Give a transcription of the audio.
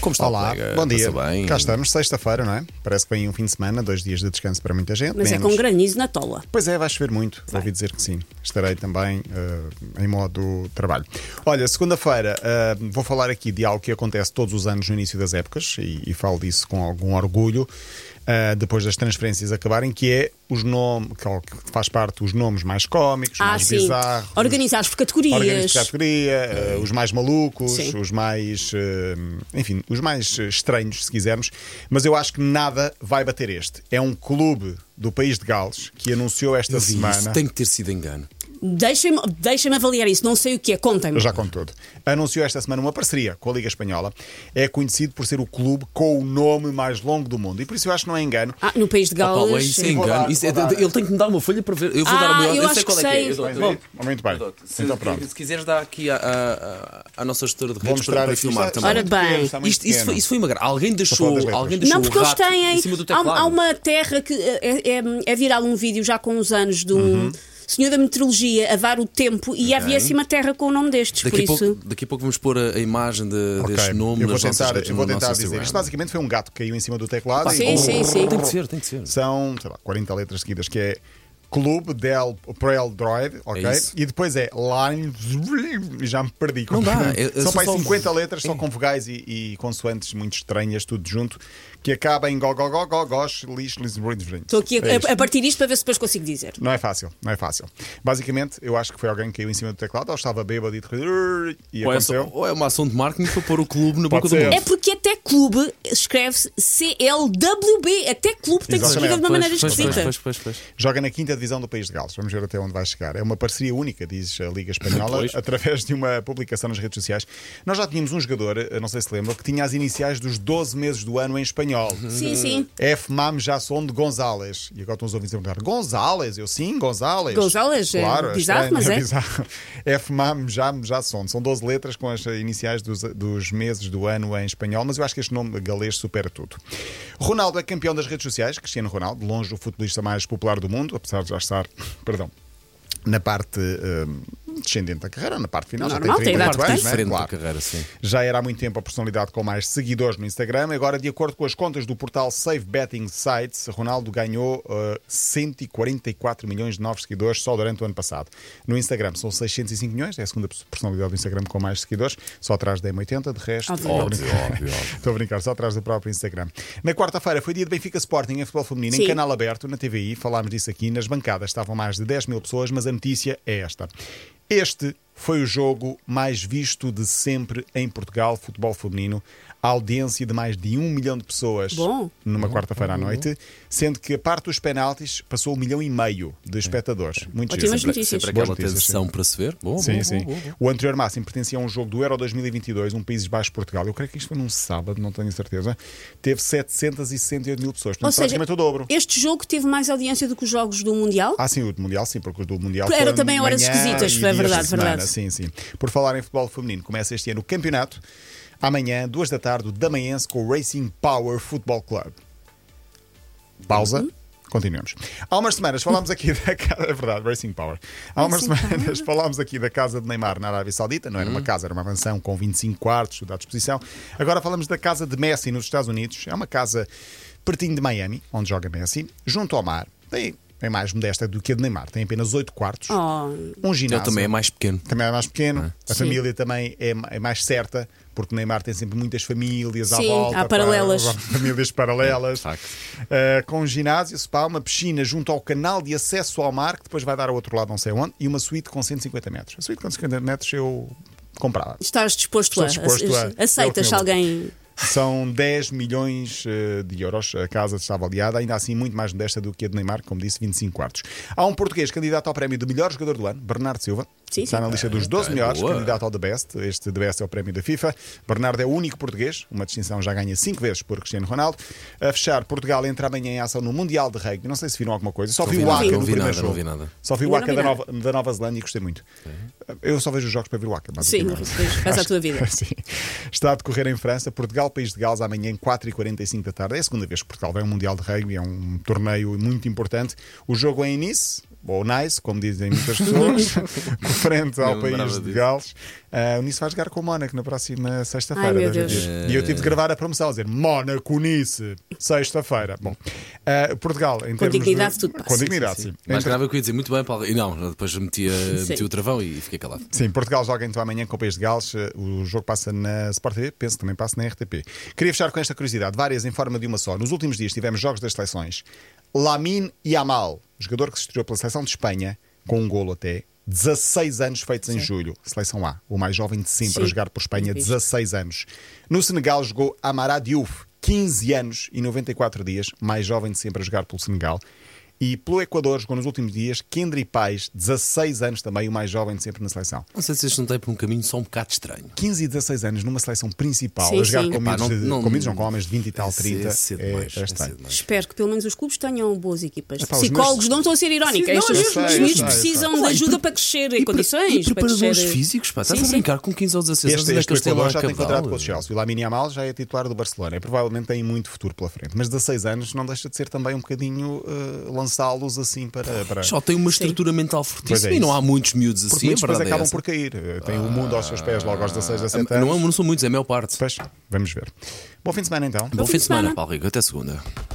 Como está Olá, o colega? bom dia. Passa bem? Cá estamos, sexta-feira, não é? Parece que vem um fim de semana, dois dias de descanso para muita gente. Mas é menos. com granizo na tola. Pois é, vai chover muito. Ouvi dizer que sim. Estarei também eh, em modo trabalho. Olha, segunda-feira eh, vou falar aqui de algo que acontece todos os anos no início das épocas e, e falo disso com algum orgulho. eh, depois das transferências acabarem, que é os nomes, que é o que faz parte os nomes mais cómicos, Ah, mais sim. bizarros, Organizar as categorias. Organismos de categoria, eh, os mais malucos, Sim. os mais. eh, enfim, os mais eh, estranhos, se quisermos. Mas eu acho que nada vai bater este. É um clube do país de Gales que anunciou esta Eu vi semana. isso, tem que ter sido engano. Deixem-me deixem avaliar isso, não sei o que é, contem-me. Eu Já com tudo. Anunciou esta semana uma parceria com a Liga Espanhola. É conhecido por ser o clube com o nome mais longo do mundo. E por isso eu acho que não é engano. Ah, no país de Ah, Gales. Paulo, isso é vou engano. dar, Isso vou é- dar. Ele tem que me dar uma folha para ver. Eu vou Ah, dar o meu. eu Eu, acho sei que qual é que sei. é. Eu dou- Bem, eu dou- muito bem. Eu dou-te. Se, Então se- pronto. se quiseres dar aqui à, à- à- à nossa gestora de Vou redes para, mostrar para aqui. filmar Está- também. Ora está muito bem. pequeno, está muito Isto, isso, pequeno. foi, isso foi uma gra- Alguém falar das deixou, letras. alguém deixou Não, porque o eles rato têm. em cima do Há, um- teclado. há uma terra que eh, é, é, é viral um vídeo já com uns anos de Uhum. um senhor da meteorologia a dar o tempo e havia assim uma terra com o nome destes, Daqui a, por isso. pouco, daqui a pouco vamos pôr a, a imagem de, Ok, deste nome eu vou nas nossas tentar, redes, eu vou no tentar nosso dizer. Isto Instagram. basicamente foi um gato que caiu em cima do teclado. e- Sim, sim, sim. Tem que ser, tem que ser. são, sei lá, 40 letras seguidas, que é Clube del Prel Droid, ok? É isso. e depois é Line. Já me perdi. Não dá, é- é só são mais só- 50 letras, só Sim. com vogais e, e consoantes muito estranhas, tudo junto, que acaba em go, go, go, go, gosh, lixo, lixo, Estou aqui É isto. a, a partir disto para ver se depois consigo dizer. Não é fácil, não é fácil. Basicamente, eu acho que foi alguém que caiu em cima do teclado, ou estava bêbado e de rir, e Ou é, só- aconteceu. ou é uma ação de marketing para pôr o clube na Pode boca do ser. mundo. É porque até clube escreve-se CLWB. Até clube tem que se escrever de uma maneira Pois, pois, esquisita. pois, pois, pois. Joga na quinta divisão do país de Gales. Vamos ver até onde vai chegar. É uma parceria única, diz a Liga Espanhola, Pois. através de uma publicação nas redes sociais. Nós já tínhamos um jogador, eh, não sei se lembra, que tinha as iniciais dos 12 meses do ano em espanhol. Sim, sim. F. Mam Jasson de Gonzales. E agora estão os ouvintes a perguntar: Gonzales? Eu sim, Gonzales. Gonzales, é Claro, bizarro, estranho, mas é. bizarro. F. Mam Jam Jasson. São 12 letras com as eh, iniciais dos, dos meses do ano em espanhol, mas eu acho que este nome galês supera tudo. Ronaldo é campeão das redes sociais, Cristiano Ronaldo, de longe o futebolista mais popular do mundo, apesar de já estar. Perdão. Na parte eh, descendente da carreira, na parte final, Normal, já tem tem 38 idade Parte bem, anos, né? diferente da Claro. carreira, sim. Já era há muito tempo a personalidade com mais seguidores no Instagram. Agora, de acordo com as contas do portal Save Betting Sites, Ronaldo ganhou eh, 144 milhões de novos seguidores só durante o ano passado. No Instagram são 605 milhões, é a segunda personalidade do Instagram com mais seguidores, só atrás da M80, de resto. Óbvio. Estou a Óbvio, brincar. óbvio, óbvio. Estou a brincar, só atrás do próprio Instagram. Na quarta-feira foi dia de Benfica Sporting em futebol feminino, em Sim. canal aberto, na TVI, falámos disso aqui, nas bancadas estavam mais de 10 mil pessoas, mas a notícia é esta. Este foi o jogo mais visto de sempre em Portugal, futebol feminino. A audiência de mais de um milhão de pessoas Bom. numa quarta-feira à noite, sendo que a parte dos penaltis passou um milhão e meio de espectadores. Muito giro. Ótimas notícias. Sempre Boas aquela notícias, tensão para se ver. Bom, Sim, Uhum. bom, sim. bom, bom, bom. O anterior máximo pertencia a um jogo do Euro 2022, um Países Baixos-Portugal. Eu creio que isto foi num sábado, não tenho certeza. Teve 768 mil pessoas, portanto, Ou seja, praticamente o dobro. este jogo teve mais audiência do que os jogos do Mundial? Ah, sim, o do Mundial, sim, porque o do Mundial Era foi também horas manhã esquisitas, e foi dias de verdade, semana, verdade. Sim, sim. Por falar em futebol feminino, começa este ano o campeonato. Amanhã, duas da tarde, o Damaense com o Racing Power Football Club. Pausa. Uhum. Continuamos. Há umas semanas falámos aqui da casa. É verdade, Racing Power. Há umas Racing semanas falámos aqui da casa de Neymar na Arábia Saudita. Não era uma casa, era uma mansão com 25 quartos, tudo à disposição. Agora falamos da casa de Messi nos Estados Unidos. É uma casa pertinho de Miami, onde joga Messi, junto ao mar. Tem, é mais modesta do que a de Neymar. Tem apenas 8 quartos, Oh, um Ele ginásio. também é mais pequeno. Também é mais pequeno, a Sim. família também é, ma- é mais certa, porque Neymar tem sempre muitas famílias à Sim, volta. há paralelas. para- famílias paralelas. facto. Uh, com um ginásio, spa, uma piscina junto ao canal de acesso ao mar, que depois vai dar ao outro lado, não sei onde, e uma suíte com 150 metros. A suíte com 150 metros eu comprava. estás disposto a. Estou disposto a- é Aceitas se Eu- alguém. São 10 milhões eh, de euros. A casa está avaliada, ainda assim muito mais modesta do que a de Neymar, como disse, 25 quartos. Há um português candidato ao prémio do melhor jogador do ano, Bernardo Silva. Sim, está sim. na lista dos 12 Ok, Ah, melhores, então é boa. candidato ao The Best. Este The Best é o prémio da FIFA. Bernardo é o único português, uma distinção já ganha 5 vezes por Cristiano Ronaldo. A fechar, Portugal entra amanhã em ação no Mundial de Rugby. Não sei se viram alguma coisa. Só vi vi o nada, Aca não no vi nada, primeiro não jogo. vi nada. Só vi o Também não Aca vi da nada. Nova, da Nova Zelândia e gostei muito. Eu só vejo os jogos para ver o Aca. Sim, basicamente. faz a tua vida. Sim. Está a decorrer em França, Portugal, País de Gales, amanhã em 4h45 um da tarde. É a segunda vez que Portugal vai ao Mundial de Rugby, é um torneio muito importante. O jogo é em Nice, ou nice, como dizem muitas pessoas, referente ao Não me lembrava país de disso. Gales. Ah, o Nice vai jogar com o Mónaco na próxima sexta-feira. Ai, meu deve Deus. dizer. E eu tive de gravar a promoção, a dizer Mónaco Nice, sexta-feira. Bom, ah, Portugal, em termos dignidade de... tudo passa. Com dignidade, sim. Em Mais grave é que eu ia dizer muito bem, Paulo. E não, depois metia, metia o travão e fiquei calado. Sim, Portugal joga então amanhã com o País de Gales. Eh, O jogo passa na Sport TV, penso que também passa na RTP. Queria fechar com esta curiosidade, várias em forma de uma só. Nos últimos dias tivemos jogos das seleções. Lamin Yamal, jogador que se estreou pela seleção de Espanha, com um golo até. 16 anos feitos em julho, seleção A, o mais jovem de sempre a Sim. jogar por Espanha, Visto. 16 anos. No Senegal jogou Amara Diouf, 15 anos e 94 dias, mais jovem de sempre a jogar pelo Senegal. E pelo Equador jogou nos últimos dias Kendry Pais, 16 anos também, o mais jovem de sempre na seleção. Não sei se este não tem por um caminho só um bocado estranho. 15 e 16 anos numa seleção principal, Sim, a jogar sim. com Epá, miúdos, não- de- não- com, miúdos não, com homens de 20 e tal, É 30, cedo é, demais, é é estranho. cedo demais. Espero que pelo menos os clubes tenham boas equipas. Epá, os Psicólogos, meus- não estou a ser irónica. Sim, não, Estes- eu sei, os eu miúdos sei, eu sei. precisam de ajuda para crescer em condições. E para preparadores crescer- físicos, pá. Estás Sim, a sim. brincar com 15 ou 16 anos. Este, onde é este que eles têm lá Equador a já tem contrato com o cavalo? Chelsea. O Lamine Yamal já é titular do Barcelona. E provavelmente tem muito futuro pela frente. Mas 16 anos não deixa de ser também um bocadinho eh, lançá-los assim para. para... Só tem uma estrutura mental Pois fortíssima é e não isso. há muitos miúdos Porque assim. muitos a depois verdade é acabam essa. Ah, por cair. Eh, Tem o mundo aos seus pés logo aos 16, 17 anos. um- Não, é- não são muitos, é a maior parte. Pois, vamos ver. Bom fim de semana então. Bom fim de semana, Paulo Rico. Até segunda.